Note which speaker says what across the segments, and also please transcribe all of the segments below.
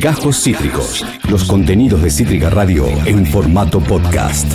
Speaker 1: Gajos Cítricos. Los contenidos de Cítrica Radio en formato podcast.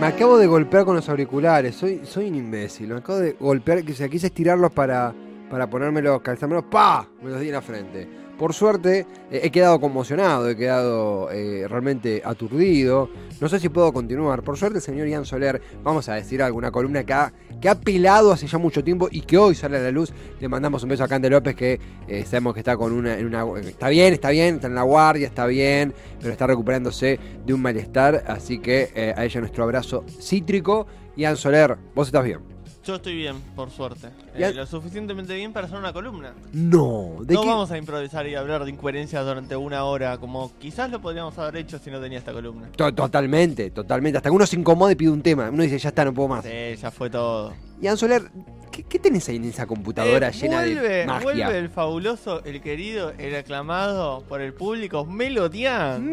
Speaker 2: Me acabo de golpear con los auriculares, soy, soy un imbécil. Me acabo de golpear, o sea, quise estirarlos para, para ponérmelos, calzármelos, ¡pa! Me los di en la frente. Por suerte, eh, he quedado conmocionado, he quedado eh, realmente aturdido. No sé si puedo continuar. Por suerte, el señor Ian Soler, vamos a decir alguna columna que ha, que ha pilado hace ya mucho tiempo y que hoy sale a la luz. Le mandamos un beso a Cande López, que eh, sabemos que está con una, en una- Está bien, está bien, está en la guardia, está bien, pero está recuperándose de un malestar. Así que eh, a ella nuestro abrazo cítrico. Ian Soler, vos estás bien.
Speaker 3: Yo estoy bien, por suerte. Eh,
Speaker 2: Ya-
Speaker 3: lo suficientemente bien para hacer una columna.
Speaker 2: No, ¿de
Speaker 3: No
Speaker 2: qué?
Speaker 3: vamos a improvisar y hablar de incoherencias durante una hora, como quizás lo podríamos haber hecho si no tenía esta columna.
Speaker 2: To- Totalmente, totalmente. Hasta que uno se incomoda y pide un tema. Uno dice, ya está, no puedo más.
Speaker 3: Sí, ya fue todo.
Speaker 2: Ian Soler, ¿qué, qué tenés ahí en esa computadora
Speaker 3: Eh,
Speaker 2: llena de
Speaker 3: vuelve,
Speaker 2: magia?
Speaker 3: vuelve el fabuloso, el querido, el aclamado por el público, Melodian.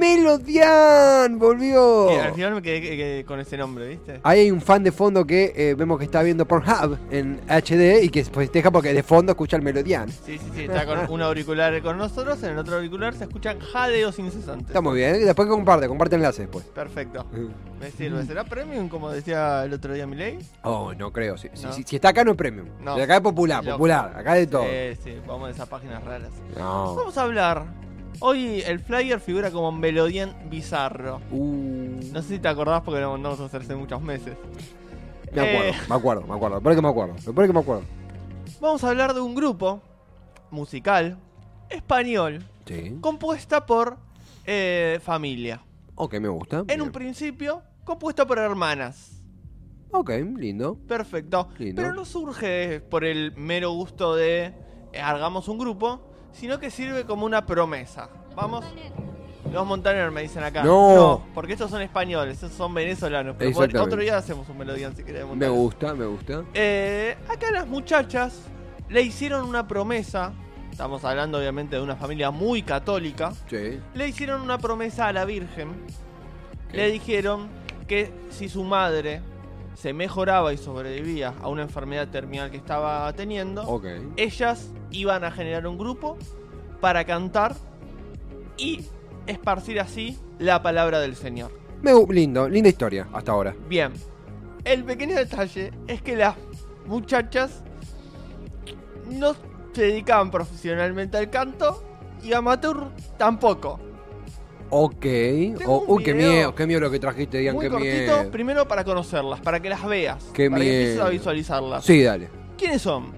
Speaker 2: ¡Melodian! ¡Volvió!
Speaker 3: Que al final me quedé que- que- con ese nombre, ¿viste?
Speaker 2: Ahí hay un fan de fondo que eh, vemos que está viendo Pornhub en HD y que festeja porque de fondo escucha el Melodian.
Speaker 3: Sí, sí, sí, está con un auricular con nosotros, en el otro auricular se escuchan jadeos incesantes.
Speaker 2: Está muy bien. ¿eh? Después que comparte, comparte enlace después.
Speaker 3: Perfecto. Me sirve. ¿Será premium como decía el otro día Milei?
Speaker 2: Oh, no creo. Si, si-
Speaker 3: No.
Speaker 2: si- si está acá no es premium.
Speaker 3: No.
Speaker 2: Si acá es popular,
Speaker 3: Loco.
Speaker 2: popular. Acá de todo.
Speaker 3: Sí, Eh, sí, vamos a esas páginas raras.
Speaker 2: No.
Speaker 3: Vamos a hablar. Hoy el flyer figura como Melodian Bizarro.
Speaker 2: Uh,
Speaker 3: No sé si te acordás porque lo mandamos a hacerse muchos meses.
Speaker 2: me acuerdo,
Speaker 3: Eh.
Speaker 2: me acuerdo, me acuerdo. Lo peor es que me acuerdo. Lo peor es que me acuerdo.
Speaker 3: Vamos a hablar de un grupo musical español
Speaker 2: Sí.
Speaker 3: compuesta por eh, familia.
Speaker 2: Ok, me gusta.
Speaker 3: En un
Speaker 2: Bien.
Speaker 3: principio, compuesta por hermanas.
Speaker 2: Ok, lindo.
Speaker 3: Perfecto.
Speaker 2: Lindo.
Speaker 3: Pero no surge por el mero gusto de eh, hagamos un grupo, sino que sirve como una promesa. Vamos. Los Montaner me dicen acá.
Speaker 2: No.
Speaker 3: porque estos son españoles, estos son venezolanos. Pero por-
Speaker 2: Exactamente.
Speaker 3: otro día hacemos un melodía si querés.
Speaker 2: Me
Speaker 3: de Montaner.
Speaker 2: gusta, me gusta.
Speaker 3: Eh, acá las muchachas le hicieron una promesa. Estamos hablando obviamente de una familia muy católica.
Speaker 2: Sí.
Speaker 3: Le hicieron una promesa a la Virgen. Le dijeron que si su madre se mejoraba y sobrevivía a una enfermedad terminal que estaba teniendo,
Speaker 2: Ok.
Speaker 3: ellas iban a generar un grupo para cantar y esparcir así la palabra del Señor.
Speaker 2: Me, gu- lindo, linda historia hasta ahora.
Speaker 3: Bien, el pequeño detalle es que las muchachas no se dedicaban profesionalmente al canto y amateur tampoco.
Speaker 2: Ok.
Speaker 3: Tengo
Speaker 2: Oh,
Speaker 3: un
Speaker 2: uy, qué
Speaker 3: video
Speaker 2: miedo, qué miedo lo que trajiste, Dian,
Speaker 3: Muy
Speaker 2: qué
Speaker 3: cortito,
Speaker 2: miedo.
Speaker 3: primero para conocerlas, para que las veas,
Speaker 2: Qué
Speaker 3: para que empieces a
Speaker 2: miedo.
Speaker 3: visualizarlas.
Speaker 2: Sí, dale.
Speaker 3: ¿Quiénes son?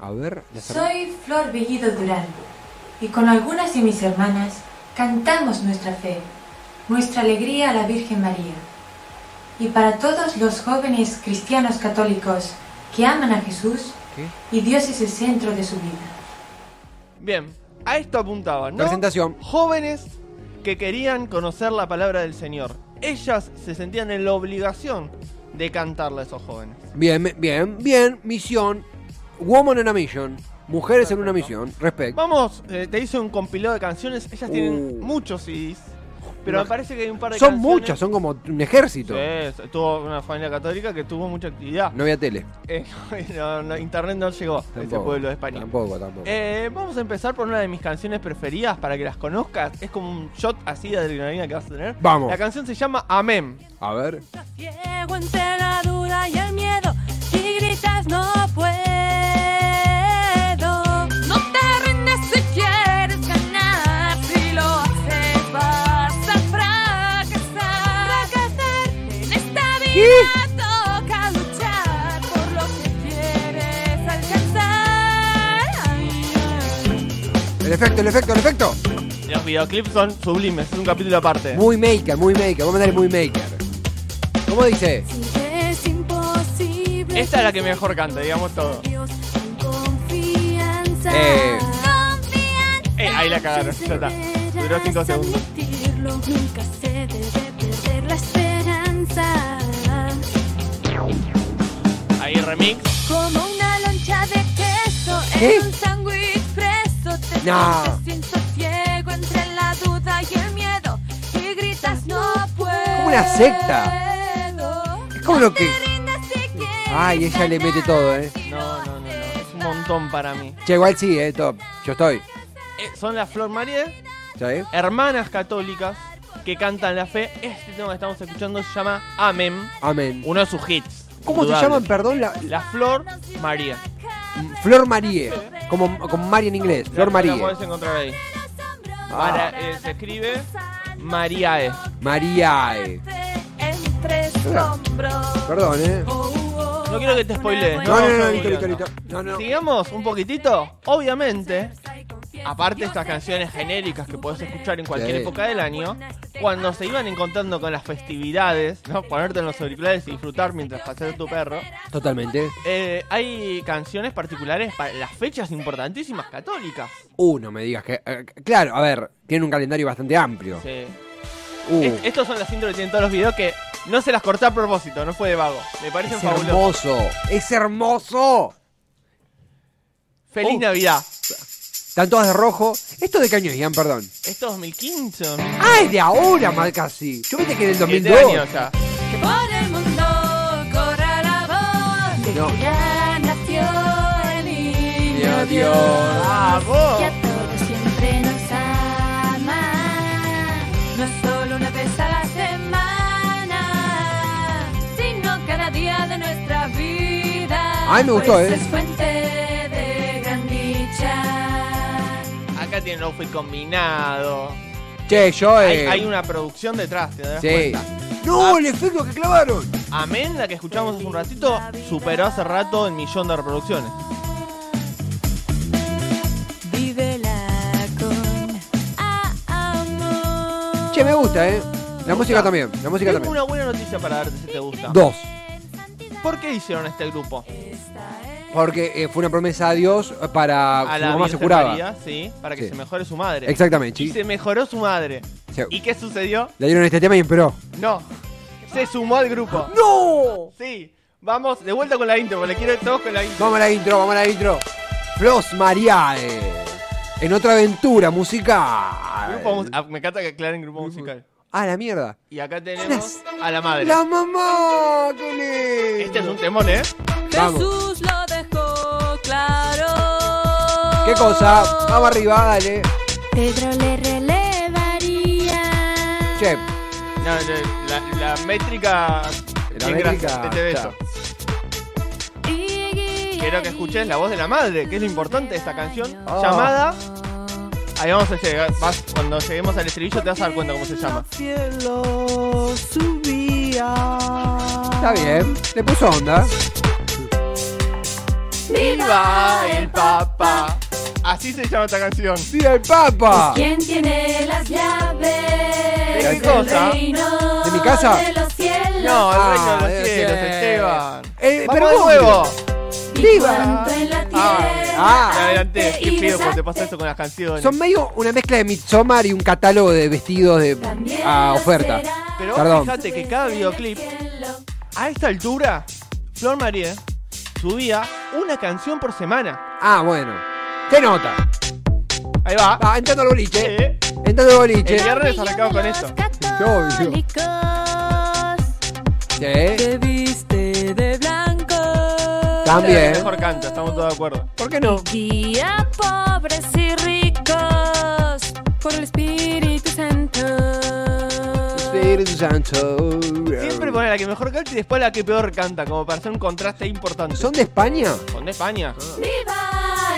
Speaker 2: A ver, la cerra-
Speaker 4: Soy Flor Bellido Durán y con algunas de mis hermanas cantamos nuestra fe, nuestra alegría a la Virgen María. Y para todos los jóvenes cristianos católicos que aman a Jesús
Speaker 2: ¿Qué?
Speaker 4: y Dios es el centro de su vida.
Speaker 3: Bien, a esto apuntaban, ¿no?
Speaker 2: Presentación.
Speaker 3: Jóvenes que querían conocer la palabra del Señor. Ellas se sentían en la obligación de cantarla a esos jóvenes.
Speaker 2: Bien, me- bien, bien. Misión. Woman on a mission. Mujeres en una
Speaker 3: Perfecto.
Speaker 2: misión. Respect.
Speaker 3: Vamos, eh, te hice un compilado de canciones. Ellas tienen
Speaker 2: Uh.
Speaker 3: muchos CDs, pero me parece que hay un par de
Speaker 2: Son
Speaker 3: canciones-
Speaker 2: muchas, son como un ejército.
Speaker 3: Sí, tuvo una familia católica que tuvo mucha actividad.
Speaker 2: No había tele.
Speaker 3: Eh, no, no, internet no llegó a ese
Speaker 2: Tampoco.
Speaker 3: pueblo de España.
Speaker 2: Tampoco, tampoco.
Speaker 3: Eh, vamos a empezar por una de mis canciones preferidas para que las conozcas. Es como un shot así de adrenalina que vas a tener.
Speaker 2: Vamos.
Speaker 3: La canción se llama Amén.
Speaker 2: A ver.
Speaker 5: Ciego entre la duda y el miedo y gritas no puedo. No te rindes si quieres ganar, si lo haces vas a fracasar. Fracasar en esta vida toca luchar por lo que quieres alcanzar.
Speaker 2: El efecto, el efecto, el efecto.
Speaker 3: Los videoclips son sublimes, es un capítulo aparte.
Speaker 2: Muy maker, muy maker. Vamos a darle muy maker. ¿Cómo dice?
Speaker 5: Si es imposible.
Speaker 3: Esta es la que mejor canta, digamos todo.
Speaker 5: Dios confianza.
Speaker 2: Eh.
Speaker 5: Confianza.
Speaker 3: Eh, ahí la cagaron, ya está. Duró cinco
Speaker 5: Deberás
Speaker 3: segundos.
Speaker 5: admitirlo, Nunca se debe perder la esperanza.
Speaker 3: Ahí remix.
Speaker 5: Como una loncha de queso
Speaker 2: ¿Qué?
Speaker 5: en un sándwich preso. Te
Speaker 2: No.
Speaker 5: sientes sin sosiego entre la duda y el miedo. Y gritas, no puedo.
Speaker 2: Como una secta. Es como lo que.
Speaker 5: Te rindas si quieres
Speaker 2: Ay, ella le mete todo, eh.
Speaker 5: ganar, si
Speaker 3: No,
Speaker 5: lo
Speaker 3: no, no, no.
Speaker 5: haces,
Speaker 3: Es un montón montón para mí.
Speaker 2: Che, igual sí, eh, top. Yo estoy.
Speaker 3: Eh, son las Flor María,
Speaker 2: ¿Sabes?
Speaker 3: hermanas católicas que cantan la fe. Este tema que estamos escuchando se llama Amén,
Speaker 2: Amén.
Speaker 3: uno de sus hits.
Speaker 2: ¿Cómo se
Speaker 3: indudable.
Speaker 2: llaman, perdón? La,
Speaker 3: La Flor María.
Speaker 2: Flor Marie. Como, como María en inglés. Flor
Speaker 3: La- La
Speaker 2: Marie.
Speaker 3: podés encontrar ahí.
Speaker 2: Ah,
Speaker 3: Para- eh, se escribe Mariae.
Speaker 2: Mariae.
Speaker 5: Entre sombros.
Speaker 2: Perdón, eh.
Speaker 3: No quiero que te spoilees.
Speaker 2: No, no, no,
Speaker 3: no,
Speaker 2: no,
Speaker 3: no,
Speaker 2: Vito, Vito,
Speaker 3: no.
Speaker 2: Vito. No, no.
Speaker 3: Sigamos un poquitito. Obviamente, aparte de estas canciones genéricas que podés escuchar en cualquier
Speaker 2: Sí.
Speaker 3: época del año, cuando se iban encontrando con las festividades, ¿no? ponerte en los auriculares y disfrutar mientras paseas a tu perro,
Speaker 2: Totalmente.
Speaker 3: eh, hay canciones particulares para las fechas importantísimas católicas.
Speaker 2: Uh, no me digas que. eh, claro, a ver, tiene un calendario bastante amplio.
Speaker 3: Sí.
Speaker 2: Uh,
Speaker 3: Est- estos son las intros que tienen todos los videos que no se las corté a propósito, no fue de vago. Me parecen
Speaker 2: es
Speaker 3: fabulosos.
Speaker 2: hermoso. Es hermoso.
Speaker 3: Feliz
Speaker 2: Oh.
Speaker 3: Navidad.
Speaker 2: Están todas de rojo. ¿Esto de qué año es, Ian? Perdón.
Speaker 3: Esto es 2015. ¿o no?
Speaker 2: ¡Ah, es de ahora, mal casi! Yo pensé que del
Speaker 3: Siete
Speaker 2: 2002.
Speaker 3: años ya.
Speaker 5: Que por el mundo corra la voz de
Speaker 2: No.
Speaker 5: que ya nació el niño Dios.
Speaker 3: Ah,
Speaker 5: Que a
Speaker 3: ¡Vamos!
Speaker 5: todos siempre nos ama, no solo una vez a la semana, sino cada día de nuestra vida.
Speaker 2: Ay, me gustó,
Speaker 5: Pues
Speaker 2: eh.
Speaker 5: Es fuente de gran dicha.
Speaker 3: Acá tienen outfit combinado.
Speaker 2: Che, yo.
Speaker 3: Hay,
Speaker 2: eh,
Speaker 3: hay una producción detrás, te darás
Speaker 2: Sí.
Speaker 3: cuenta.
Speaker 2: ¡No, el efecto que clavaron!
Speaker 3: Amén, la que escuchamos hace un ratito, superó hace rato el millón de reproducciones.
Speaker 5: Vívela con ah, amor.
Speaker 2: Che, me gusta, ¿eh? La música también. La música
Speaker 3: Tengo
Speaker 2: también.
Speaker 3: una buena noticia para darte si te gusta.
Speaker 2: Dos.
Speaker 3: ¿Por qué hicieron este grupo?
Speaker 2: Porque eh, fue una promesa a Dios para
Speaker 3: A
Speaker 2: Ah, su
Speaker 3: la
Speaker 2: mamá se
Speaker 3: Virgen
Speaker 2: curaba.
Speaker 3: María, sí, para que
Speaker 2: Sí.
Speaker 3: se mejore su madre.
Speaker 2: Exactamente,
Speaker 3: Y
Speaker 2: sí.
Speaker 3: se mejoró su madre.
Speaker 2: Se-
Speaker 3: ¿Y qué sucedió?
Speaker 2: Le dieron este tema y empeoró.
Speaker 3: No. Se sumó al grupo.
Speaker 2: ¡No!
Speaker 3: Sí. Vamos, de vuelta con la intro, porque le quiero todos con la intro.
Speaker 2: Vamos a la intro, vamos a la intro. Flos Mariae. En otra aventura musical.
Speaker 3: Grupo mus- ah, me encanta que aclaren grupo musical.
Speaker 2: Ah, la mierda.
Speaker 3: Y acá tenemos a la madre.
Speaker 2: ¡La mamá! ¡Qué lindo!
Speaker 3: Este es un temón, ¿eh?
Speaker 2: Vamos.
Speaker 5: Jesús lo dejó claro.
Speaker 2: ¿Qué cosa? Vamos arriba, dale.
Speaker 5: Pedro le relevaría.
Speaker 2: Che,
Speaker 3: No, no, la, la métrica.
Speaker 2: la
Speaker 3: Bien, gracias,
Speaker 2: métrica.
Speaker 3: te- te beso.
Speaker 2: está.
Speaker 5: Y guiaría.
Speaker 3: Quiero que escuches la voz de la madre, que es lo importante de esta canción.
Speaker 2: Ah.
Speaker 3: Llamada. Ahí vamos a llegar. vas- cuando lleguemos al estribillo te vas a dar cuenta cómo se llama.
Speaker 2: Está bien. Le puso onda.
Speaker 3: ¡Viva el Papa! Así se llama esta canción.
Speaker 2: ¡Sí, el Papa!
Speaker 5: ¿Quién tiene las llaves?
Speaker 3: ¿De qué cosa?
Speaker 5: reino
Speaker 2: ¿De mi casa?
Speaker 5: De los cielos.
Speaker 3: No, el
Speaker 2: Ah,
Speaker 3: reino
Speaker 2: Dios
Speaker 3: de los cielos,
Speaker 2: mío.
Speaker 3: Esteban.
Speaker 2: Eh,
Speaker 3: ¡Vamos
Speaker 2: pero
Speaker 3: de
Speaker 2: ¿dónde?
Speaker 3: nuevo!
Speaker 5: Y
Speaker 2: ¡Viva!
Speaker 5: cuanto en la tierra.
Speaker 2: ah.
Speaker 3: Te adelanté,
Speaker 5: ante
Speaker 3: qué
Speaker 5: eh, y
Speaker 3: pido cuando te
Speaker 5: besarte.
Speaker 3: pasa esto con las canciones.
Speaker 2: Son medio una mezcla de Midsommar y un catálogo de vestidos de
Speaker 5: También
Speaker 2: a
Speaker 5: lo
Speaker 2: Ah, oferta.
Speaker 5: será.
Speaker 3: Pero
Speaker 2: Perdón.
Speaker 3: vos fíjate que cada videoclip, a esta altura, Flor María subía una canción por semana.
Speaker 2: Ah, bueno. ¿Qué nota?
Speaker 3: Ahí va.
Speaker 2: Ah, entrando al boliche.
Speaker 3: Eh,
Speaker 2: Entrando al boliche.
Speaker 3: El viernes arrancamos con esto.
Speaker 2: Obvio. Sí.
Speaker 5: Te viste de blanco.
Speaker 2: También.
Speaker 3: Mejor canta, estamos todos de acuerdo.
Speaker 2: ¿Por qué no?
Speaker 5: Guía pobres y ricos por el Espíritu Santo.
Speaker 2: Espíritu Santo.
Speaker 3: Siempre pone la que mejor canta y después la que peor canta, como para hacer un contraste importante.
Speaker 2: ¿Son de España?
Speaker 3: Son de España.
Speaker 5: Viva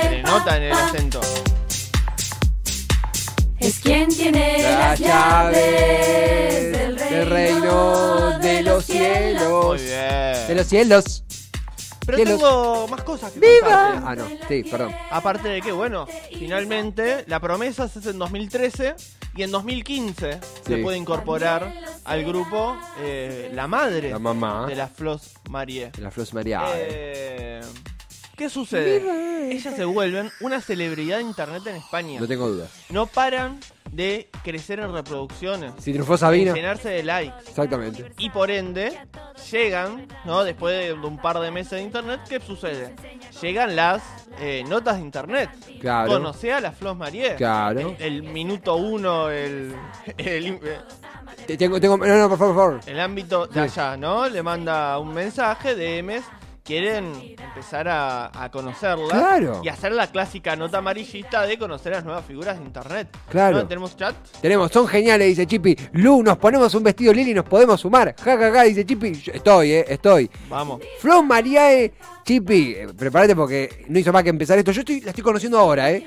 Speaker 3: Se
Speaker 5: el
Speaker 3: le nota en el
Speaker 5: Papa.
Speaker 3: acento.
Speaker 5: Es quien tiene
Speaker 2: Las
Speaker 5: las
Speaker 2: llaves
Speaker 5: llaves
Speaker 2: del
Speaker 5: del
Speaker 2: reino de los
Speaker 3: Muy
Speaker 2: cielos. De
Speaker 3: bien.
Speaker 2: los cielos.
Speaker 3: Pero
Speaker 2: cielos.
Speaker 3: tengo más cosas que contarte.
Speaker 2: Ah, no. Sí, perdón.
Speaker 3: Aparte de que, bueno, finalmente la promesa se hace en 2013 y en 2015 se
Speaker 2: Sí.
Speaker 3: puede incorporar al grupo eh, la madre
Speaker 2: La mamá.
Speaker 3: de la Flos Marie.
Speaker 2: De la Flos María.
Speaker 3: Eh, ¿Qué sucede? Ellas se vuelven una celebridad de internet en España.
Speaker 2: No tengo dudas.
Speaker 3: No paran de crecer en reproducciones,
Speaker 2: Si triunfó
Speaker 3: de
Speaker 2: Sabina.
Speaker 3: llenarse de likes.
Speaker 2: Exactamente.
Speaker 3: Y por ende, llegan, ¿no? Después de un par de meses de internet, ¿qué sucede? Llegan las eh, notas de internet.
Speaker 2: Claro.
Speaker 3: Conocé a la Flos Marie.
Speaker 2: Claro.
Speaker 3: El, el minuto uno, el, el,
Speaker 2: Te- Tengo, tengo. No, no, por favor, por favor.
Speaker 3: el ámbito de
Speaker 2: Sí.
Speaker 3: allá, ¿no? Le manda un mensaje de MS quieren empezar a, a conocerla
Speaker 2: Claro.
Speaker 3: y hacer la clásica nota amarillista de conocer las nuevas figuras de internet.
Speaker 2: Claro.
Speaker 3: ¿No? Tenemos chat.
Speaker 2: Tenemos, son geniales, dice Chippy. Lu, nos ponemos un vestido lila y nos podemos sumar. Ja, ja, ja, dice Chippy. Yo Estoy, eh, estoy.
Speaker 3: Vamos.
Speaker 2: Flor Mariae, Chippy, eh, prepárate porque no hizo más que empezar esto. Yo estoy, la estoy conociendo ahora, ¿eh?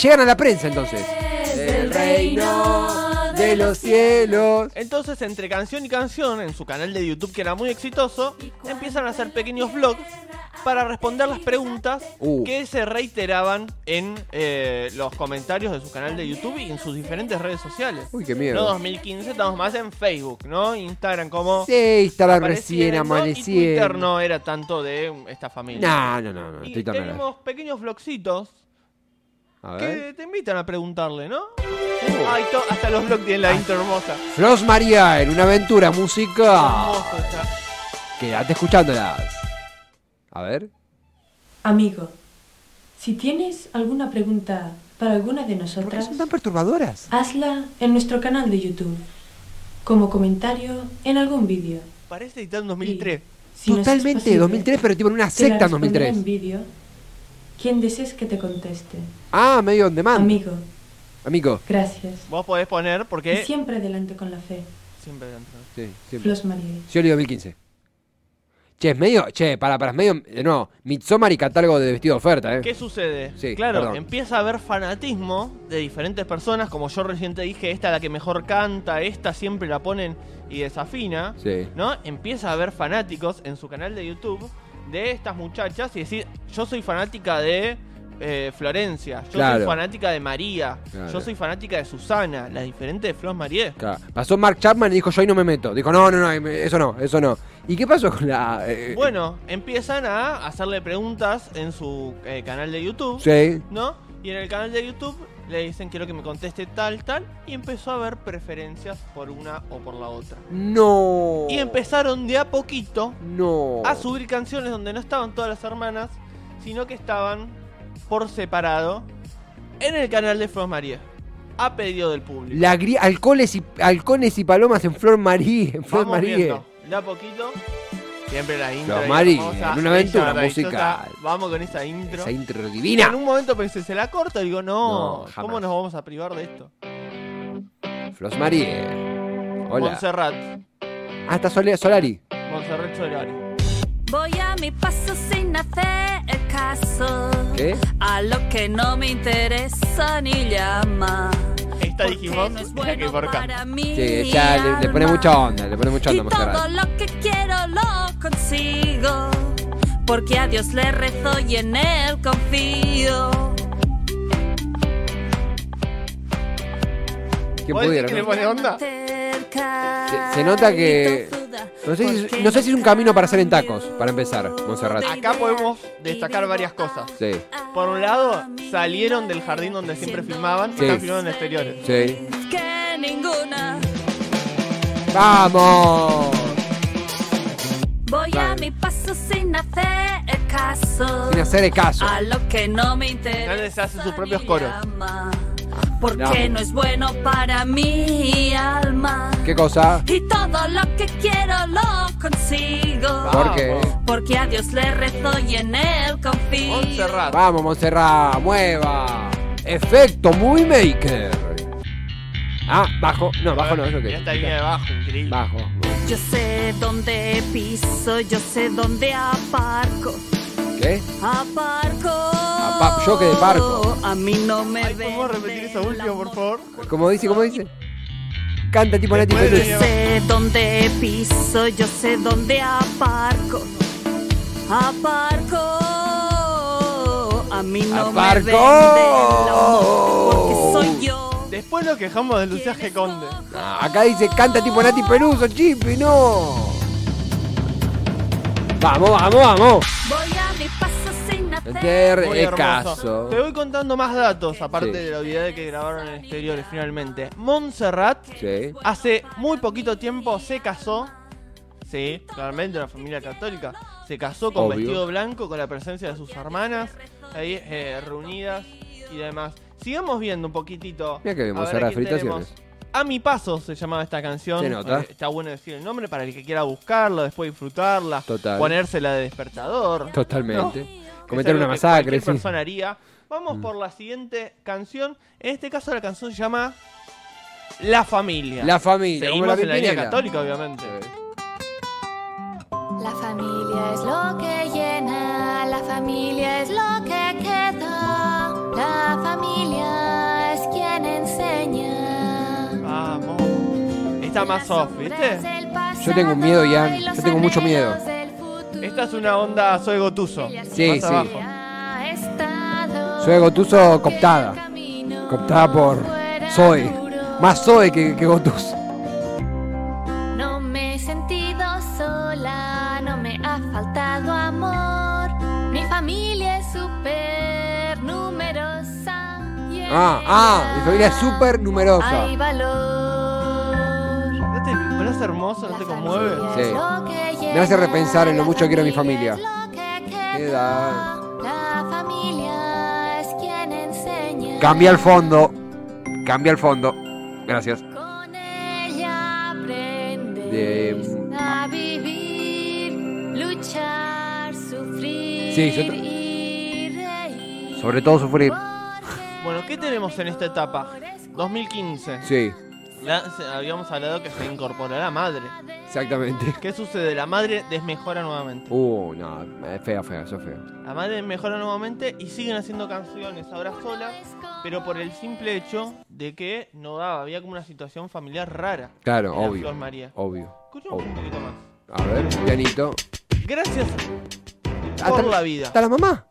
Speaker 2: Llegan a la prensa entonces. El reino de los cielos.
Speaker 3: Entonces, entre canción y canción, en su canal de YouTube que era muy exitoso, empiezan a hacer pequeños vlogs para responder las preguntas
Speaker 2: Uh.
Speaker 3: que se reiteraban en eh, los comentarios de su canal de YouTube y en sus diferentes redes sociales.
Speaker 2: Uy, qué
Speaker 3: No
Speaker 2: miedo.
Speaker 3: 2015, estamos más en Facebook, ¿no? Instagram como...
Speaker 2: Sí, estaba recién
Speaker 3: apareciendo, Y Twitter
Speaker 2: amaneciendo.
Speaker 3: no era tanto de esta familia.
Speaker 2: No, no, no, no,
Speaker 3: Y
Speaker 2: estoy tan mal.
Speaker 3: tenemos pequeños vlogcitos
Speaker 2: A ver. Uh.
Speaker 3: que te invitan a preguntarle, ¿no? Ay, to- hasta los vlogs tienen la intro hermosa.
Speaker 2: Flos María en una aventura musical.
Speaker 3: Hermoso está.
Speaker 2: Quédate escuchándola. A ver.
Speaker 6: Amigo, si tienes alguna pregunta para alguna de
Speaker 2: ¿Por qué
Speaker 6: nosotras,
Speaker 2: son tan perturbadoras?
Speaker 6: hazla en nuestro canal de YouTube, como comentario en algún vídeo.
Speaker 3: Parece editado en 2003.
Speaker 6: Si nos es
Speaker 2: Totalmente,
Speaker 6: posible,
Speaker 2: 2003, pero tipo en una
Speaker 6: te la
Speaker 2: secta en
Speaker 6: responderá
Speaker 2: 2003.
Speaker 6: en vídeo quien desees que te conteste.
Speaker 2: Ah, medio on demand.
Speaker 6: Amigo,
Speaker 2: Amigo.
Speaker 6: gracias.
Speaker 3: Vos podés poner
Speaker 6: Y
Speaker 3: porque...
Speaker 6: siempre adelante con la fe.
Speaker 3: Siempre dentro.
Speaker 2: Sí, siempre.
Speaker 6: Flos María.
Speaker 2: Scioli 2015. Che, es medio. Che, para, para, es medio. eh, No, Midsommar y catálogo de vestido de oferta, ¿eh?
Speaker 3: ¿Qué sucede?
Speaker 2: Sí,
Speaker 3: claro,
Speaker 2: perdón.
Speaker 3: empieza a haber fanatismo de diferentes personas, como yo recién te dije, esta la que mejor canta, esta siempre la ponen y desafina,
Speaker 2: Sí.
Speaker 3: ¿no? Empieza a haber fanáticos en su canal de YouTube de estas muchachas y decir, yo soy fanática de eh, Florencia, yo
Speaker 2: Claro.
Speaker 3: soy fanática de María,
Speaker 2: Claro. Eh,
Speaker 3: yo soy fanática de Susana, las diferentes Flos Marie.
Speaker 2: Claro. Pasó Mark Chapman y dijo, yo ahí no me meto. Dijo, no, no, no, eh, me- eso no, eso no. ¿Y qué pasó con la. eh,
Speaker 3: Bueno, empiezan a hacerle preguntas en su eh, canal de YouTube.
Speaker 2: Sí.
Speaker 3: ¿no? Y en el canal de YouTube le dicen quiero que me conteste tal, tal, y empezó a haber preferencias por una o por la otra.
Speaker 2: No.
Speaker 3: Y empezaron de a poquito
Speaker 2: No.
Speaker 3: a subir canciones donde no estaban todas las hermanas, sino que estaban por separado en el canal de Flos María, a pedido del público.
Speaker 2: La gri- halcones y, halcones y palomas en Flor María. En Flor
Speaker 3: Vamos
Speaker 2: María.
Speaker 3: viendo, de a poquito. Siempre la intro.
Speaker 2: Flos
Speaker 3: ahí
Speaker 2: María,
Speaker 3: hermosa,
Speaker 2: en una aventura
Speaker 3: ella, maravillosa.
Speaker 2: musical.
Speaker 3: Vamos con esa intro.
Speaker 2: Esa intro divina.
Speaker 3: En un momento pensé, se la corto, digo, no,
Speaker 2: No, jamás.
Speaker 3: ¿cómo nos vamos a privar de esto?
Speaker 2: Flos Marie. Hola.
Speaker 3: Montserrat.
Speaker 2: Ah, está Sole- Solari.
Speaker 3: Montserrat Solari.
Speaker 5: Voy a mi paso sin hacer caso
Speaker 2: ¿Qué?
Speaker 5: a lo que no me interesa ni llama.
Speaker 3: Esta
Speaker 5: Porque
Speaker 3: dijimos
Speaker 5: no es
Speaker 3: que
Speaker 5: bueno
Speaker 3: por acá.
Speaker 5: para mi
Speaker 2: Sí, ya le, le pone
Speaker 5: alma.
Speaker 2: mucha onda, le pone mucha onda a
Speaker 5: Y todo
Speaker 2: Montserrat.
Speaker 5: lo que quiero lo consigo, porque a Dios le rezo y en él confío.
Speaker 2: ¿Quién
Speaker 3: ¿Vos decís
Speaker 2: pudiera?
Speaker 3: que
Speaker 2: no?
Speaker 3: le pone onda?
Speaker 5: Se,
Speaker 2: Se- se nota que- no sé si- no sé si es un camino para hacer en tacos, para empezar, Montserrat.
Speaker 3: Acá podemos destacar varias cosas.
Speaker 2: Sí,
Speaker 3: Por un lado, salieron del jardín donde siempre filmaban y
Speaker 2: Sí.
Speaker 3: están filmando en exteriores.
Speaker 2: sí.
Speaker 5: Que ninguna.
Speaker 2: ¡Vamos!
Speaker 5: Voy a
Speaker 2: Claro.
Speaker 5: mi paso sin hacer caso.
Speaker 2: Sin hacer caso.
Speaker 5: A lo que no me interesa.
Speaker 3: Nadie se hace sus
Speaker 5: ni
Speaker 3: propios coros.
Speaker 5: llama, Porque
Speaker 2: Claro.
Speaker 5: no es bueno para mi alma.
Speaker 2: ¿Qué cosa?
Speaker 5: Y todo lo que quiero lo consigo.
Speaker 2: ¿Por qué?
Speaker 5: Porque a Dios le rezo y en él confío.
Speaker 3: Montserrat.
Speaker 2: Vamos, Montserrat, mueva. Efecto Movie Maker. Ah, bajo. No, bajo no, eso
Speaker 3: Mirá esta línea
Speaker 2: que.
Speaker 3: de bajo, increíble.
Speaker 2: Bajo.
Speaker 5: Yo sé dónde piso, yo sé dónde aparco.
Speaker 2: ¿Qué?
Speaker 5: Aparco.
Speaker 2: pa- yo que de parco.
Speaker 5: A mí no me
Speaker 3: Ay, ¿Podemos
Speaker 5: vende
Speaker 3: repetir eso
Speaker 5: el
Speaker 3: último, por
Speaker 5: amor.
Speaker 3: favor?
Speaker 2: ¿Cómo dice? ¿Cómo dice? Canta tipo Nati
Speaker 3: Después
Speaker 2: Peluso.
Speaker 5: Yo sé dónde piso, yo sé dónde aparco. Aparco. A mí no me
Speaker 2: Aparco.
Speaker 5: vende el amor, porque soy yo.
Speaker 3: Después nos quejamos de Lucía G. Conde.
Speaker 2: Ah, acá dice canta tipo Nati Peluso, Chipi, no. Vamos, vamos, vamos.
Speaker 5: Voy a mi paso sin hacer.
Speaker 2: Enter
Speaker 3: Muy
Speaker 2: es
Speaker 3: hermoso.
Speaker 2: caso.
Speaker 3: Te voy contando más datos, aparte
Speaker 2: Sí.
Speaker 3: de la video que grabaron en exteriores finalmente. Montserrat
Speaker 2: Sí.
Speaker 3: Hace muy poquito tiempo se casó. Sí, claramente una familia católica. Se casó con
Speaker 2: Obvio.
Speaker 3: vestido blanco, con la presencia de sus hermanas, ahí eh, reunidas y demás. Sigamos viendo un poquitito.
Speaker 2: Mira que
Speaker 3: a
Speaker 2: vemos
Speaker 3: ver
Speaker 2: ahora
Speaker 3: a quién
Speaker 2: felicitaciones.
Speaker 3: tenemos. A mi paso se llamaba esta canción.
Speaker 2: Se nota.
Speaker 3: Eh, Está bueno decir el nombre para el que quiera buscarla, después disfrutarla,
Speaker 2: Total.
Speaker 3: ponérsela de despertador.
Speaker 2: Totalmente.
Speaker 3: que
Speaker 2: Cometer
Speaker 3: es
Speaker 2: una
Speaker 3: algo que
Speaker 2: masacre,
Speaker 3: cualquier
Speaker 2: sí. Mm.
Speaker 3: persona haría. Vamos por la siguiente canción. En este caso la canción se llama La familia.
Speaker 2: La familia, como
Speaker 3: Seguimos
Speaker 2: la
Speaker 3: en la línea
Speaker 2: Pimpinela.
Speaker 3: católica, obviamente.
Speaker 7: La familia es lo que llena, la familia es lo que queda, la familia es quien enseña.
Speaker 3: Vamos. Está más soft, ¿viste?
Speaker 7: Yo tengo miedo, Ian. Yo tengo mucho miedo.
Speaker 3: Esta es una onda soy gotuso.
Speaker 2: Sí,
Speaker 3: Este más
Speaker 2: sí.
Speaker 3: abajo.
Speaker 7: Soy
Speaker 2: Soy
Speaker 7: Gotuso
Speaker 2: Gotuso
Speaker 7: cooptada.
Speaker 2: cooptada.
Speaker 7: Cooptada por Zoe.
Speaker 2: Más Zoe que, que Gotus.
Speaker 7: No me he sentido sola, no me ha faltado amor. Mi familia es súper numerosa.
Speaker 2: Ah, ah, mi familia es súper numerosa.
Speaker 7: Hay valor.
Speaker 3: ¿No te no es hermoso? ¿No te conmueve?
Speaker 2: Sí. Me hace repensar en lo mucho que quiero a mi familia.
Speaker 7: ¿Qué
Speaker 2: Qué edad.
Speaker 7: La familia es quien enseña.
Speaker 2: Cambia el fondo. Cambia el fondo. Gracias.
Speaker 7: Con ella aprendes
Speaker 2: De-
Speaker 7: a vivir, luchar, sufrir
Speaker 2: Sí, yo te-
Speaker 7: y reír.
Speaker 2: Sobre todo sufrir.
Speaker 3: Bueno, ¿qué tenemos en esta etapa? 2015.
Speaker 2: Sí,
Speaker 3: La- se- habíamos hablado que se incorporó la madre.
Speaker 2: exactamente.
Speaker 3: ¿Qué sucede? La madre desmejora nuevamente.
Speaker 2: Uh, no, es fea, fea, eso es feo.
Speaker 3: La madre desmejora nuevamente y siguen haciendo canciones ahora sola, pero por el simple hecho de que no daba, había como una situación familiar rara.
Speaker 2: Claro,
Speaker 3: en la
Speaker 2: obvio.
Speaker 3: Flor María.
Speaker 2: Obvio.
Speaker 3: Escuchamos un
Speaker 2: obvio.
Speaker 3: poquito más.
Speaker 2: A ver, pianito.
Speaker 3: Gracias
Speaker 2: Ah,
Speaker 3: por
Speaker 2: está-
Speaker 3: la vida.
Speaker 2: ¿Está la mamá?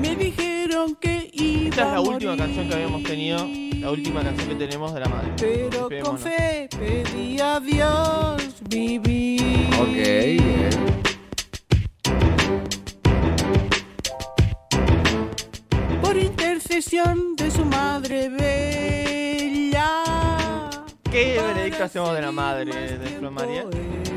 Speaker 8: Me dijeron que iba
Speaker 3: Esta es la
Speaker 8: a
Speaker 3: última
Speaker 8: morir,
Speaker 3: canción que habíamos tenido, la última canción que tenemos de la madre.
Speaker 8: Pero con
Speaker 3: Esperémonos.
Speaker 8: fe pedí a Dios vivir.
Speaker 2: Ok, bien.
Speaker 8: Por intercesión de su madre bella.
Speaker 3: ¿Qué veredicto hacemos de la madre de Flor María?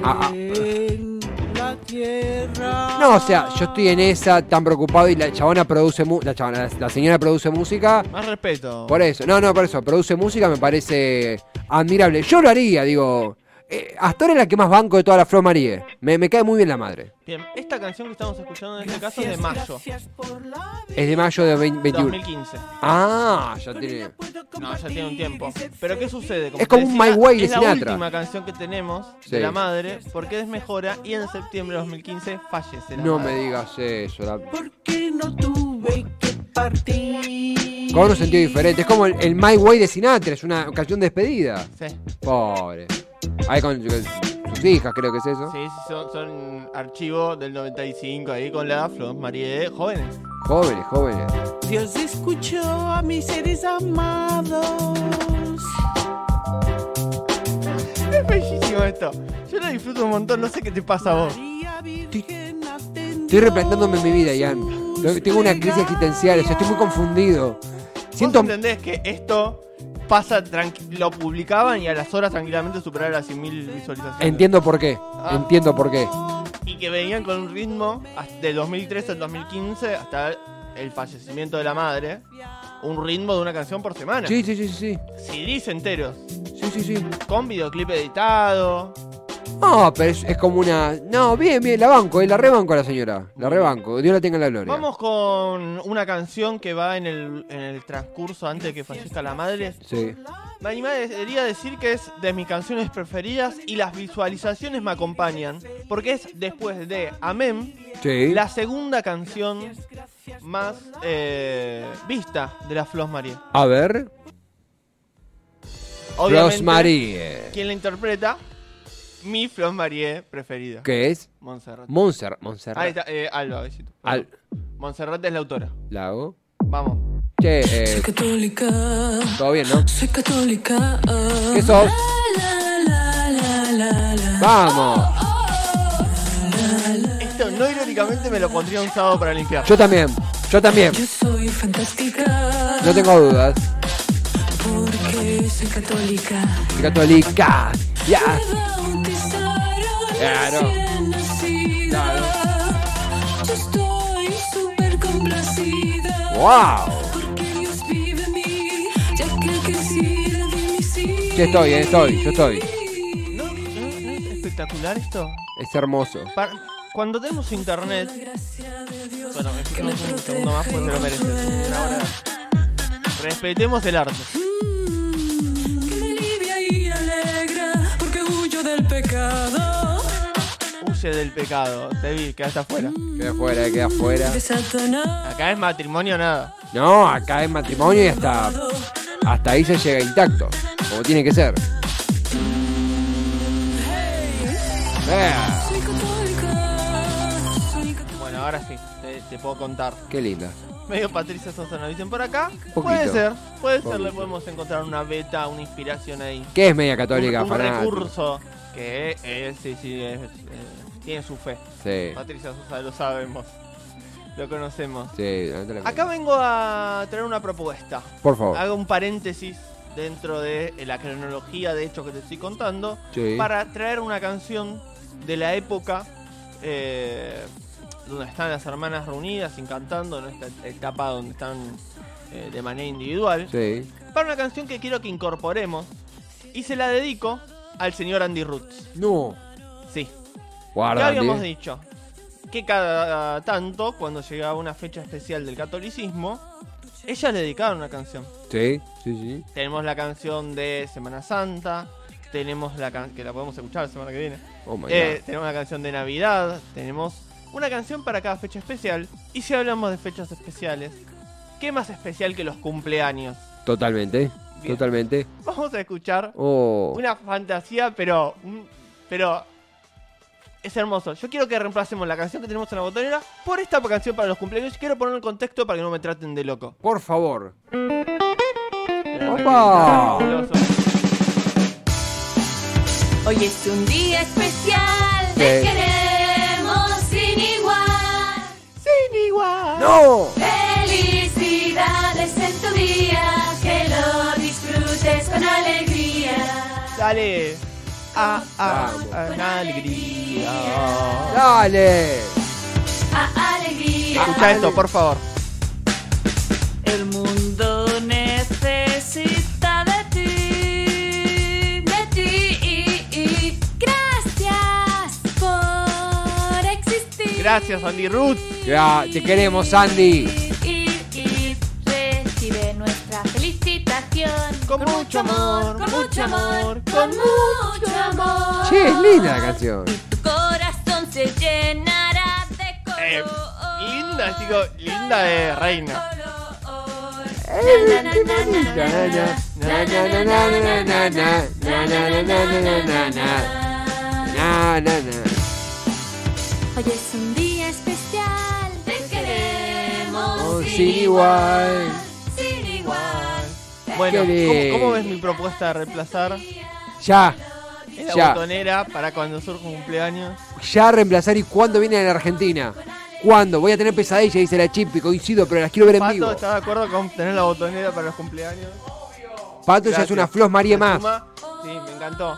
Speaker 2: Ah, ah.
Speaker 8: En la tierra.
Speaker 2: No, o sea, yo estoy en esa tan preocupado y la chabona produce mu la chabona, la- la señora produce música.
Speaker 3: Más respeto.
Speaker 2: Por eso, no, no, por eso, produce música me parece admirable. Yo lo haría, digo. eh, hasta ahora es la que más banco de toda la Flor María. Me, me cae muy bien la madre.
Speaker 3: Bien, esta canción que estamos escuchando en este caso es de mayo
Speaker 8: Gracias por la vida.
Speaker 2: Es de mayo de 20 21.
Speaker 3: 2015.
Speaker 2: Ah, ya
Speaker 8: Con
Speaker 2: tiene.
Speaker 8: ella puedo
Speaker 3: No, ya tiene un
Speaker 8: compartir
Speaker 3: tiempo.
Speaker 8: y ser
Speaker 3: Pero ¿qué
Speaker 8: feliz.
Speaker 3: sucede?
Speaker 2: Es como
Speaker 3: te
Speaker 2: un
Speaker 3: decía,
Speaker 2: My Way de
Speaker 3: Es la
Speaker 2: Sinatra.
Speaker 3: última canción que tenemos
Speaker 2: Sí.
Speaker 3: de la madre porque desmejora y en septiembre de 2015 fallece la
Speaker 2: No me
Speaker 3: madre.
Speaker 2: digas eso. la-
Speaker 8: Porque no tuve que partir.
Speaker 2: Con un sentido diferente. Es como el, el My Way de Sinatra, es una canción de despedida.
Speaker 3: Sí,
Speaker 2: Pobre. Ahí con, con sus hijas, creo que es eso.
Speaker 3: sí, sí, son, son archivos del 95 ahí con la Flor María de jóvenes.
Speaker 2: Jóvenes, jóvenes.
Speaker 8: Dios escuchó a mis seres amados.
Speaker 3: Es bellísimo esto. Yo lo disfruto un montón, no sé qué te pasa a vos.
Speaker 8: María Virgen
Speaker 2: Estoy replantándome mi vida, Ian. Tengo una crisis existencial, o sea, estoy muy confundido. Siento.
Speaker 3: ¿Vos entendés que esto pasa tranqui- lo publicaban y a las horas tranquilamente superaba las 100.000 visualizaciones?
Speaker 2: Entiendo por qué.
Speaker 3: Ah.
Speaker 2: Entiendo por qué.
Speaker 3: y que venían con un ritmo hasta- del 2013 al 2015 hasta el fallecimiento de la madre, un ritmo de una canción por semana.
Speaker 2: Sí, sí, sí, sí.
Speaker 3: CDs enteros,
Speaker 2: Sí, sí, sí.
Speaker 3: con videoclip editado.
Speaker 2: No, pero es, es como una. No, bien, bien, la banco, eh, la rebanco a la señora. La rebanco. Dios la tenga en la gloria.
Speaker 3: Vamos con una canción que va en el, en el transcurso antes de que fallezca la madre.
Speaker 2: Sí.
Speaker 3: Me animaría a decir que es de mis canciones preferidas y las visualizaciones me acompañan, porque es después de Amén,
Speaker 2: Sí.
Speaker 3: la segunda canción más eh, vista de la Flos María.
Speaker 2: A ver.
Speaker 3: Obviamente,
Speaker 2: Rosmarie.
Speaker 3: ¿Quién la interpreta? Mi Flos Marie preferida.
Speaker 2: ¿Qué es?
Speaker 3: Montserrat.
Speaker 2: Monser.
Speaker 3: Ahí
Speaker 2: Monserrat.
Speaker 3: está, eh, Alba, besito.
Speaker 2: Al.
Speaker 3: Montserrat es la autora.
Speaker 2: Lago.
Speaker 3: Vamos.
Speaker 2: Che, eh,
Speaker 9: católica,
Speaker 2: todo bien, ¿no?
Speaker 9: soy católica. ah.
Speaker 2: ¿Qué sos?
Speaker 9: La, la, la, la, la.
Speaker 2: Vamos.
Speaker 3: Esto no irónicamente me lo pondría un sábado para limpiar.
Speaker 2: Yo también. Yo también.
Speaker 9: Yo soy fantástica
Speaker 2: No tengo dudas.
Speaker 9: porque soy católica.
Speaker 2: Católica. Ya.
Speaker 9: Me bautizaron
Speaker 2: Claro.
Speaker 9: recién nacida. Yo estoy súper complacida
Speaker 2: Wow.
Speaker 9: porque Dios vive en mí, ya que el que sirve mis hijos
Speaker 2: Yo estoy, eh, estoy, yo estoy.
Speaker 3: ¿No, no- no es espectacular esto?
Speaker 2: Es hermoso.
Speaker 3: Pa- cuando tenemos internet. Bueno, me escuchamos un segundo más porque lo mereces. Una hora. Respetemos el arte.
Speaker 10: que me alivia y alegra porque huyo del pecado
Speaker 3: Huye del pecado. Te vi, quedaste afuera.
Speaker 2: Queda afuera, queda afuera.
Speaker 10: de Satanás.
Speaker 3: Acá es matrimonio nada.
Speaker 2: No, acá es matrimonio y hasta, hasta ahí se llega intacto. Como tiene que ser. Ah,
Speaker 10: Soy católica, soy católica.
Speaker 3: Bueno, ahora sí, te, te puedo contar.
Speaker 2: qué linda.
Speaker 3: Medio Patricia Sosa nos dicen por acá.
Speaker 2: Poquito.
Speaker 3: Puede ser, puede ser, le
Speaker 2: Poquito.
Speaker 3: podemos encontrar una beta, una inspiración ahí.
Speaker 2: ¿Qué es media católica,
Speaker 3: un, un
Speaker 2: fanático?
Speaker 3: recurso que es, sí, sí, es, eh, tiene su fe.
Speaker 2: Sí,
Speaker 3: Patricia Sosa lo sabemos, lo conocemos.
Speaker 2: sí. levanta la mano.
Speaker 3: Acá vengo a traer una propuesta.
Speaker 2: Por favor.
Speaker 3: Hago un paréntesis dentro de eh, la cronología de hechos que te estoy contando
Speaker 2: Sí.
Speaker 3: para traer una canción de la época eh, donde están las hermanas reunidas y cantando, en esta etapa donde están eh, de manera individual,
Speaker 2: Sí.
Speaker 3: para una canción que quiero que incorporemos y se la dedico al señor Andy Roots.
Speaker 2: No.
Speaker 3: Sí, ya
Speaker 2: Guarda.
Speaker 3: habíamos
Speaker 2: Andy.
Speaker 3: dicho que cada tanto, cuando llegaba una fecha especial del catolicismo, ella le dedicaba una canción.
Speaker 2: Sí, sí, sí.
Speaker 3: Tenemos la canción de Semana Santa, tenemos la can- que la podemos escuchar la semana que viene.
Speaker 2: Oh my
Speaker 3: Eh, tenemos la canción de Navidad, tenemos una canción para cada fecha especial. Y si hablamos de fechas especiales, ¿qué más especial que los cumpleaños?
Speaker 2: God. Totalmente.
Speaker 3: Bien.
Speaker 2: Totalmente.
Speaker 3: Vamos a escuchar
Speaker 2: Oh.
Speaker 3: una fantasía, pero un- pero es hermoso. Yo quiero que reemplacemos la canción que tenemos en la botonera por esta canción para los cumpleaños. Quiero poner en contexto para que no me traten de loco.
Speaker 2: Por favor. ¡Opa!
Speaker 5: Hoy es un día especial,
Speaker 2: Sí.
Speaker 5: te queremos sin igual.
Speaker 3: Sin igual.
Speaker 2: ¡No!
Speaker 5: Felicidades en tu día, que lo disfrutes con alegría.
Speaker 3: Dale. Ah, ah,
Speaker 2: Vamos.
Speaker 3: ah, una alegría.
Speaker 2: ¡Dale!
Speaker 5: A alegría.
Speaker 3: Escucha esto, por favor.
Speaker 10: El mundo necesita de ti.
Speaker 5: de ti. Gracias por existir.
Speaker 3: Gracias, Andy Roots.
Speaker 2: Ya, te queremos, Andy.
Speaker 5: Y recibe nuestra felicitación.
Speaker 3: Con mucho amor,
Speaker 5: con mucho amor,
Speaker 3: con
Speaker 5: con mucho amor.
Speaker 2: Che, es linda la canción.
Speaker 5: Tu corazón se llenará de color.
Speaker 3: Eh, linda, chico, linda de reina.
Speaker 5: Color.
Speaker 2: Eh,
Speaker 5: Na, na,
Speaker 2: qué
Speaker 5: na, na,
Speaker 2: bonita.
Speaker 5: na, na.
Speaker 2: Na, na, na, na, na, na, na, na, na, na, na, na, na. Na, na, na.
Speaker 5: Hoy es un día especial. Te queremos
Speaker 2: Oh, sin igual.
Speaker 5: Sin igual.
Speaker 3: Bueno,
Speaker 2: Qué
Speaker 3: ¿cómo, cómo ves
Speaker 2: lindo.
Speaker 3: mi propuesta de reemplazar
Speaker 2: Ya,
Speaker 3: en la
Speaker 2: Ya.
Speaker 3: botonera para cuando surja un cumpleaños?
Speaker 2: ya reemplazar y cuándo viene a la Argentina. ¿Cuándo? Voy a tener pesadilla, dice la Chipi, coincido, pero las quiero ver en vivo.
Speaker 3: Pato, ¿estás de acuerdo con tener la botonera para los cumpleaños?
Speaker 2: Pato ya es una Flos María
Speaker 3: María
Speaker 2: más.
Speaker 3: Sí, me encantó.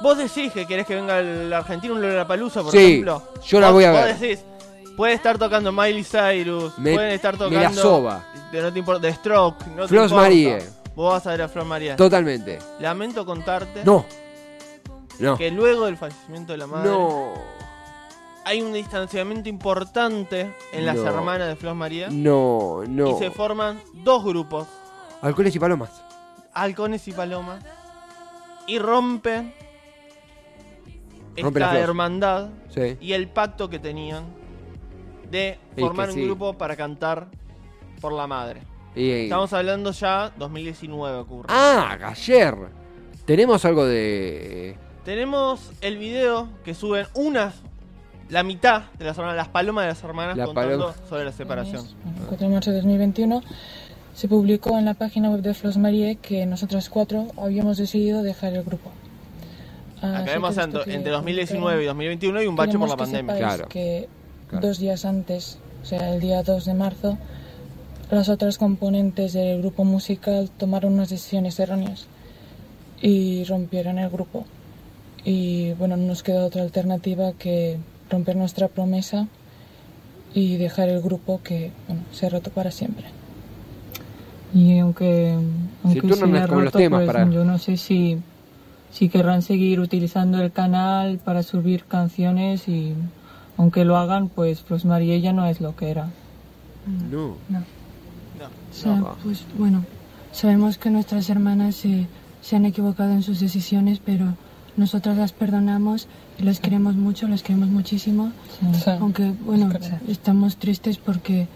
Speaker 3: Vos decís que querés que venga el argentino un Lollapalooza, por
Speaker 2: Sí,
Speaker 3: ejemplo.
Speaker 2: yo la
Speaker 3: Vos-
Speaker 2: voy a
Speaker 3: vos
Speaker 2: ver.
Speaker 3: decís, puede estar tocando Miley Cyrus,
Speaker 2: Me-
Speaker 3: pueden estar
Speaker 2: me la
Speaker 3: tocando...
Speaker 2: soba.
Speaker 3: De, no te importa, de Stroke, no te
Speaker 2: Flos
Speaker 3: importa.
Speaker 2: María.
Speaker 3: Vos vas a ver a Flos María.
Speaker 2: Totalmente.
Speaker 3: Lamento contarte
Speaker 2: No. No.
Speaker 3: que luego del fallecimiento de la madre
Speaker 2: No.
Speaker 3: hay un distanciamiento importante en las
Speaker 2: No.
Speaker 3: hermanas de Flos María
Speaker 2: No,
Speaker 3: y
Speaker 2: no.
Speaker 3: se forman dos grupos,
Speaker 2: Alcoholes y palomas.
Speaker 3: halcones y palomas, y rompen
Speaker 2: Rompe la
Speaker 3: esta
Speaker 2: Flos.
Speaker 3: hermandad
Speaker 2: Sí.
Speaker 3: y el pacto que tenían de
Speaker 2: que
Speaker 3: formar
Speaker 2: sí.
Speaker 3: un grupo para cantar por la madre.
Speaker 2: Y, y-
Speaker 3: Estamos hablando ya 2019 ocurre.
Speaker 2: Ah, ayer. Tenemos algo de.
Speaker 3: Tenemos el video que suben unas, la mitad de las hermanas, las palomas de las hermanas
Speaker 2: La
Speaker 3: contando
Speaker 2: paloma.
Speaker 3: sobre la separación.
Speaker 11: El 4 de marzo de 2021 se publicó en la página web de Flos Marie que nosotras cuatro habíamos decidido dejar el grupo. Así
Speaker 3: Acabemos
Speaker 11: que
Speaker 3: santo,
Speaker 11: desde que
Speaker 3: entre 2019 y 2021 hay un bache por
Speaker 11: queremos
Speaker 3: la
Speaker 11: que
Speaker 3: pandemia.
Speaker 11: sepáis
Speaker 2: Claro,
Speaker 11: que
Speaker 2: claro.
Speaker 11: dos días antes, o sea, el día 2 de marzo, las otras componentes del grupo musical tomaron unas decisiones erróneas y rompieron el grupo. Y bueno, no nos queda otra alternativa que romper nuestra promesa y dejar el grupo que bueno, se ha roto para siempre. Y aunque, aunque
Speaker 2: tú no
Speaker 11: hiciera
Speaker 2: me comes los
Speaker 11: rato,
Speaker 2: temas
Speaker 11: pues,
Speaker 2: para-
Speaker 11: yo no sé si, si querrán seguir utilizando el canal para subir canciones y aunque lo hagan, pues Flos María ya no es lo que era.
Speaker 2: No.
Speaker 11: O sea, pues bueno, sabemos que nuestras hermanas se, se han equivocado en sus decisiones, pero nosotras las perdonamos y las queremos mucho, las queremos muchísimo. Aunque, bueno, estamos tristes porque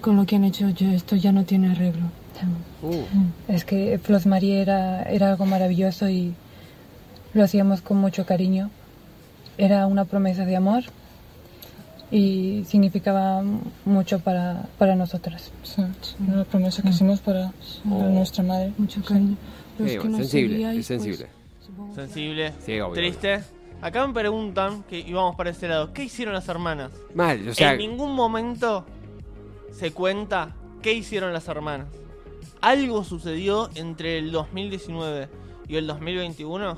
Speaker 11: con lo que han hecho yo, esto ya no tiene arreglo.
Speaker 12: Es que Flos María era, era algo maravilloso y lo hacíamos con mucho cariño. Era una promesa de amor y significaba mucho para, para nosotras. Mm.
Speaker 11: Una promesa que hicimos para,
Speaker 2: para
Speaker 11: nuestra madre. Mucho cariño.
Speaker 2: Oh. Sí, eh, bueno, sensible,
Speaker 11: pues.
Speaker 2: es sensible.
Speaker 3: Sensible,
Speaker 2: Sí, obvio,
Speaker 3: triste. Acá me preguntan, que íbamos para ese lado, ¿qué hicieron las hermanas?
Speaker 2: Mal, o sea-
Speaker 3: En ningún momento se cuenta qué hicieron las hermanas. Algo sucedió entre el 2019 y el 2021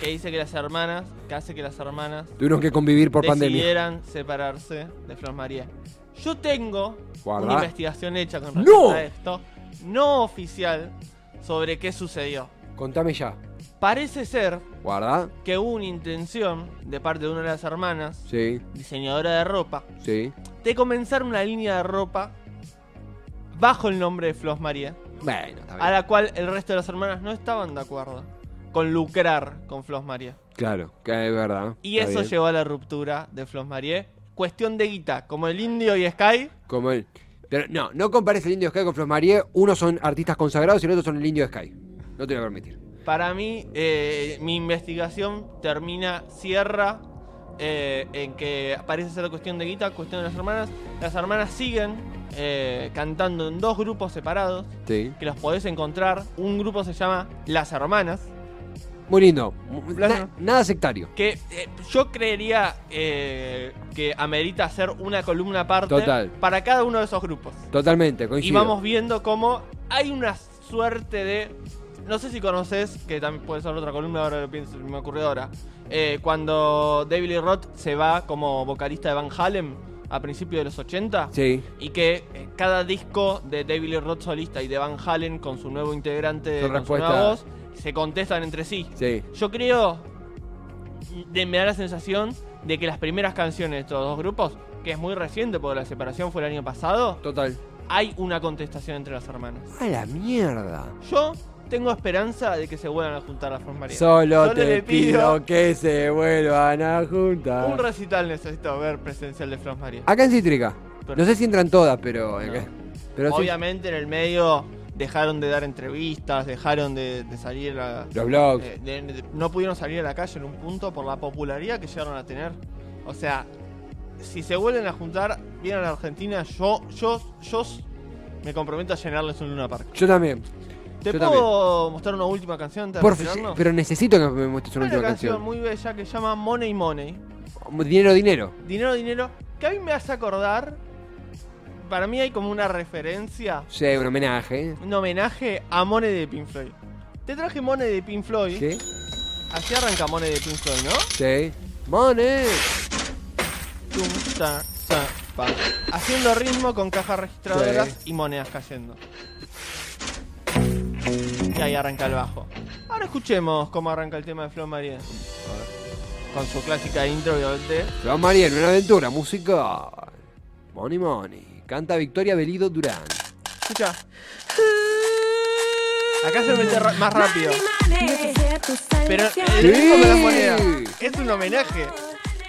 Speaker 3: que dice que las hermanas, que hace que las hermanas
Speaker 2: Tuvieron que convivir por pandemia.
Speaker 3: decidieran separarse de Flor María. Yo tengo
Speaker 2: Guarda.
Speaker 3: una investigación hecha con respecto
Speaker 2: ¡No!
Speaker 3: a esto, no oficial, sobre qué sucedió.
Speaker 2: Contame ya.
Speaker 3: Parece ser
Speaker 2: Guarda.
Speaker 3: que hubo una intención de parte de una de las hermanas,
Speaker 2: Sí,
Speaker 3: diseñadora de ropa,
Speaker 2: sí.
Speaker 3: de comenzar una línea de ropa bajo el nombre de Flos María,
Speaker 2: Bueno, está bien.
Speaker 3: a la cual el resto de las hermanas no estaban de acuerdo con lucrar con Flos María.
Speaker 2: Claro, que es verdad.
Speaker 3: Y
Speaker 2: está
Speaker 3: eso
Speaker 2: bien.
Speaker 3: llevó a la ruptura de Flos Marie. Cuestión de guita, como el indio y Sky.
Speaker 2: Como el... Pero no, no compares el Indio Sky con Flos Marie. Unos son artistas consagrados y el otro son el Indio Sky. No te lo voy a permitir.
Speaker 3: Para mí, eh, mi investigación termina, cierra eh, en que parece ser cuestión de guita, cuestión de las hermanas. Las hermanas siguen eh, cantando en dos grupos separados,
Speaker 2: Sí.
Speaker 3: que los podés encontrar. Un grupo se llama Las Hermanas,
Speaker 2: Muy lindo.
Speaker 3: Plaza.
Speaker 2: Na- nada sectario.
Speaker 3: que eh, yo creería eh, que amerita hacer una columna aparte
Speaker 2: Total.
Speaker 3: para cada uno de esos grupos.
Speaker 2: Totalmente,
Speaker 3: Y
Speaker 2: coincido.
Speaker 3: vamos viendo cómo hay una suerte de. No sé si conoces, que también puede ser otra columna, ahora lo pienso, me ocurrió ahora. Eh, cuando David Lee Roth se va como vocalista de Van Halen a principios de los 80.
Speaker 2: Sí.
Speaker 3: Y que eh, cada disco de David Lee Roth solista y de Van Halen con su nuevo integrante,
Speaker 2: Son
Speaker 3: con su
Speaker 2: respuestas.
Speaker 3: nueva voz, se contestan entre sí.
Speaker 2: Sí.
Speaker 3: Yo creo, de, me da la sensación de que las primeras canciones de estos dos grupos, que es muy reciente porque la separación fue el año pasado,
Speaker 2: Total.
Speaker 3: hay una contestación entre las hermanas.
Speaker 2: A la mierda.
Speaker 3: Yo tengo esperanza de que se vuelvan a juntar las Flor María.
Speaker 2: Solo,
Speaker 3: Solo
Speaker 2: te
Speaker 3: le pido
Speaker 2: pido que se vuelvan a juntar.
Speaker 3: un recital necesito ver presencial de Flor María.
Speaker 2: Acá en Cítrica. No sé si entran todas, pero. eh,
Speaker 3: No.
Speaker 2: Pero sí.
Speaker 3: Obviamente en el medio dejaron de dar entrevistas, dejaron de, de salir a...
Speaker 2: Los blogs.
Speaker 3: eh, de- de- no pudieron salir a la calle en un punto por la popularidad que llegaron a tener. O sea, si se vuelven a juntar, vienen a la Argentina, yo, yo, yo me comprometo a llenarles un Luna Park.
Speaker 2: Yo también.
Speaker 3: ¿Te
Speaker 2: Yo
Speaker 3: puedo mostrar una última canción antes de
Speaker 2: Por-
Speaker 3: retirarnos?
Speaker 2: pero necesito que me muestres una
Speaker 3: Hay
Speaker 2: última
Speaker 3: una canción,
Speaker 2: canción.
Speaker 3: muy bella que se llama Money Money.
Speaker 2: Dinero, dinero.
Speaker 3: Dinero, dinero. Que a mí me hace acordar. Para mí hay como una referencia,
Speaker 2: Sí, un homenaje.
Speaker 3: un homenaje a Money de Pink Floyd. Te traje Money de Pink Floyd.
Speaker 2: Sí.
Speaker 3: Así arranca Money de Pink Floyd, ¿no?
Speaker 2: Sí. Money.
Speaker 3: Tum, ta, ta, pa. Haciendo ritmo con cajas registradoras y monedas cayendo. Y ahí arranca el bajo. Ahora escuchemos cómo arranca el tema de Flo María. Con su clásica intro, obviamente.
Speaker 2: Joan María, en una aventura musical. Money, money. Canta Victoria Belido Durán.
Speaker 3: Escucha. Acá se mete ra- más rápido. Pero el ritmo con la moneda es un homenaje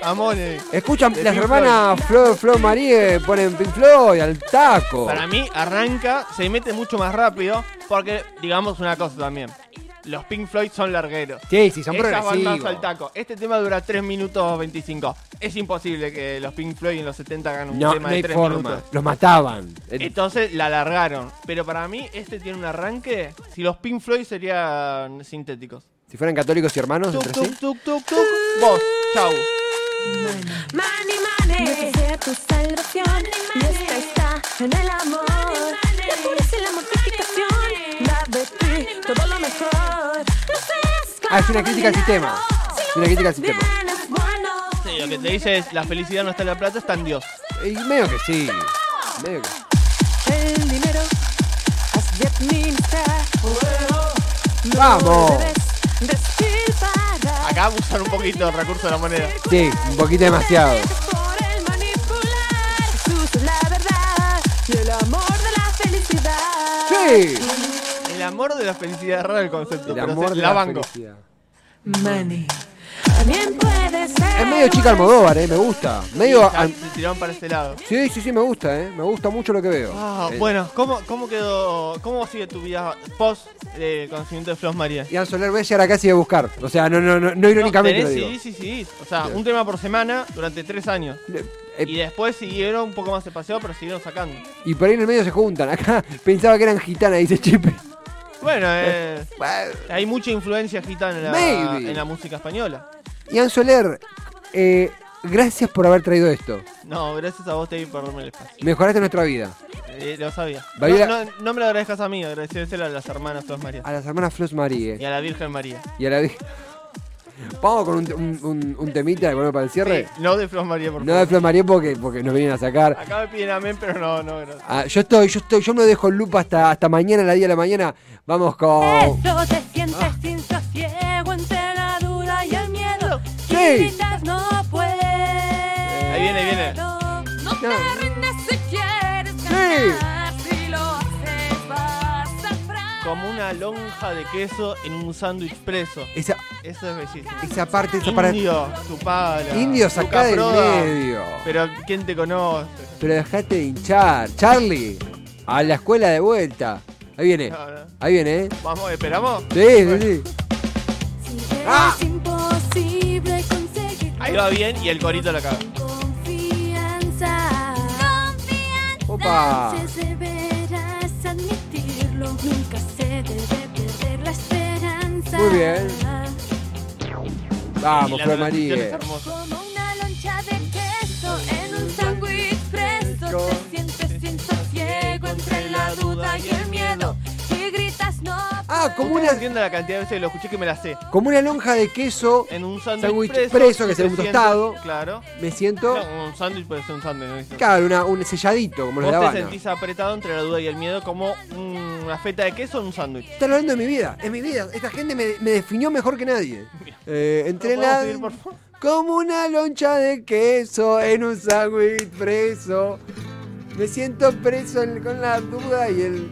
Speaker 3: a Money.
Speaker 2: Escuchan,
Speaker 3: De
Speaker 2: las
Speaker 3: Pink
Speaker 2: hermanas Flo, Flo Marie ponen Pink Floyd al taco.
Speaker 3: Para mí arranca, se mete mucho más rápido, porque digamos una cosa también. Los Pink Floyd son largueros.
Speaker 2: Sí, sí, son
Speaker 3: Esas bandas
Speaker 2: progresivos.
Speaker 3: al taco. Este tema dura 3 minutos 25. Es imposible que los Pink Floyd en los 70 hagan un
Speaker 2: No,
Speaker 3: tema
Speaker 2: no
Speaker 3: de
Speaker 2: hay
Speaker 3: 3
Speaker 2: forma.
Speaker 3: minutos.
Speaker 2: Los mataban.
Speaker 3: Entonces la alargaron. Pero para mí este tiene un arranque. Si los Pink Floyd serían sintéticos.
Speaker 2: Si fueran católicos y hermanos
Speaker 3: Tuk,
Speaker 2: entre sí.
Speaker 3: tuk, tuk, tuk, tuk. Vos, chau.
Speaker 5: Money, money. Yo deseo tu salvación. Y esta está en el amor. La pobreza y la mortificación. Va de ti todo lo mejor. No seas
Speaker 2: Ah, es una crítica al sistema. Es una crítica al sistema.
Speaker 5: bien, es bueno.
Speaker 3: Sí, lo que te dice es la felicidad no está en la plata, está en Dios.
Speaker 2: Y medio que sí. Medio que
Speaker 5: El dinero
Speaker 2: ¡Vamos!
Speaker 3: Acá usan un poquito el recurso de la moneda.
Speaker 2: Sí, un poquito demasiado.
Speaker 5: Jesús, la verdad y el amor de la felicidad.
Speaker 2: ¡Sí!
Speaker 3: El amor de la felicidad, es raro el concepto.
Speaker 2: El
Speaker 3: pero
Speaker 2: amor
Speaker 3: se-
Speaker 2: de
Speaker 3: la
Speaker 2: la
Speaker 3: banco.
Speaker 2: felicidad.
Speaker 5: Money. También puede ser.
Speaker 2: Es medio chica Almodóvar, eh, me gusta. Medio.
Speaker 3: Ya,
Speaker 2: an-
Speaker 3: se tiraron para este lado.
Speaker 2: Sí, sí, sí, me gusta, eh. Me gusta mucho lo que veo.
Speaker 3: Ah,
Speaker 2: Eh,
Speaker 3: bueno, ¿cómo, ¿cómo quedó? ¿Cómo sigue tu vida post eh, conocimiento de Flos María?
Speaker 2: Ian Soler Bessi ahora casi a buscar. O sea, no, no, no, no irónicamente
Speaker 3: No,
Speaker 2: lo
Speaker 3: tenés-
Speaker 2: digo.
Speaker 3: Sí, sí, sí. O sea,
Speaker 2: Bien.
Speaker 3: un tema por semana durante tres años.
Speaker 2: eh,
Speaker 3: y después siguieron un poco más de paseo, pero siguieron sacando.
Speaker 2: Y por ahí en el medio se juntan. Acá pensaba que eran gitanas, dice Chipe.
Speaker 3: Bueno, eh, hay mucha influencia gitana en la,
Speaker 2: Maybe.
Speaker 3: en la música española.
Speaker 2: Ian Soler, eh, gracias por haber traído esto.
Speaker 3: No, gracias a vos, Teddy, por darme el espacio.
Speaker 2: Mejoraste nuestra vida.
Speaker 3: Eh, lo sabía.
Speaker 2: Baila-
Speaker 3: No, no- no me lo agradezcas a mí, agradecéselo a las hermanas Flos María.
Speaker 2: A las hermanas Flos
Speaker 3: Y
Speaker 2: Marie.
Speaker 3: a la Virgen María.
Speaker 2: Y a la vi- Vamos con un, te- un- un- un temita de volver para el cierre.
Speaker 3: Sí, no de Flos María, por
Speaker 2: No de
Speaker 3: favor.
Speaker 2: Flos Marie porque, porque nos vienen a sacar.
Speaker 3: Acá me piden amén, pero no, no, gracias.
Speaker 2: Ah, yo estoy, yo estoy, yo me dejo en loop hasta, hasta mañana, a las 10 de la mañana. Vamos con.
Speaker 5: Eso te sientes
Speaker 2: Ah.
Speaker 5: sin sosiego entre la duda y el miedo.
Speaker 2: Sí.
Speaker 5: Y gritas, no puedo.
Speaker 3: Ahí viene, ahí viene.
Speaker 5: No te rindas si quieres
Speaker 2: Sí.
Speaker 5: ganar. Si lo haces, vas a fra-
Speaker 3: Como una lonja de queso en un sándwich preso.
Speaker 2: Esa,
Speaker 3: Eso es bellísimo.
Speaker 2: esa parte, esa parte.
Speaker 3: Indio, tu pala.
Speaker 2: Indio, sacá
Speaker 3: Luca
Speaker 2: del
Speaker 3: Proda.
Speaker 2: medio.
Speaker 3: Pero ¿quién te conoce?
Speaker 2: Pero dejate de hinchar. Charlie, a la escuela de vuelta. Ahí viene.
Speaker 3: No, no.
Speaker 2: Ahí viene, ¿eh?
Speaker 3: Vamos, esperamos.
Speaker 2: Sí, sí, sí. Ah.
Speaker 5: Es imposible conseguir
Speaker 3: Ahí va bien y el corito la caga.
Speaker 5: confianza.
Speaker 2: Opa.
Speaker 5: Entonces deberás admitirlo. Nunca se debe perder la esperanza.
Speaker 2: Muy bien.
Speaker 3: Y
Speaker 2: Vamos,
Speaker 3: la
Speaker 2: Flor
Speaker 3: transición es
Speaker 2: María.
Speaker 3: hermosa.
Speaker 5: Como una loncha de queso en un sándwich preso. Te sientes sin sosiego entre la duda y el miedo. Y gritas no.
Speaker 2: Ah, como
Speaker 3: Ustedes no
Speaker 2: una,
Speaker 3: entienden la cantidad de veces que lo escuché que me la sé.
Speaker 2: como una lonja de queso.
Speaker 3: En un sándwich
Speaker 2: Sándwich
Speaker 3: preso,
Speaker 2: preso, que
Speaker 3: te
Speaker 2: será un
Speaker 3: sientas-
Speaker 2: tostado.
Speaker 3: Claro.
Speaker 2: Me siento.
Speaker 3: No, un sándwich puede ser un sándwich. ¿no? Eso.
Speaker 2: Claro, una- un selladito, como los de La
Speaker 3: Vos te
Speaker 2: Habana.
Speaker 3: sentís apretado entre la duda y el miedo como una feta de queso en un sándwich.
Speaker 2: Están hablando de mi vida, es mi vida. Esta gente me, me definió mejor que nadie. Eh, entre
Speaker 3: ¿Lo podemos
Speaker 2: la-
Speaker 3: pedir, por favor?
Speaker 2: Como una loncha de queso en un sándwich preso. Me siento preso en- con la duda y el.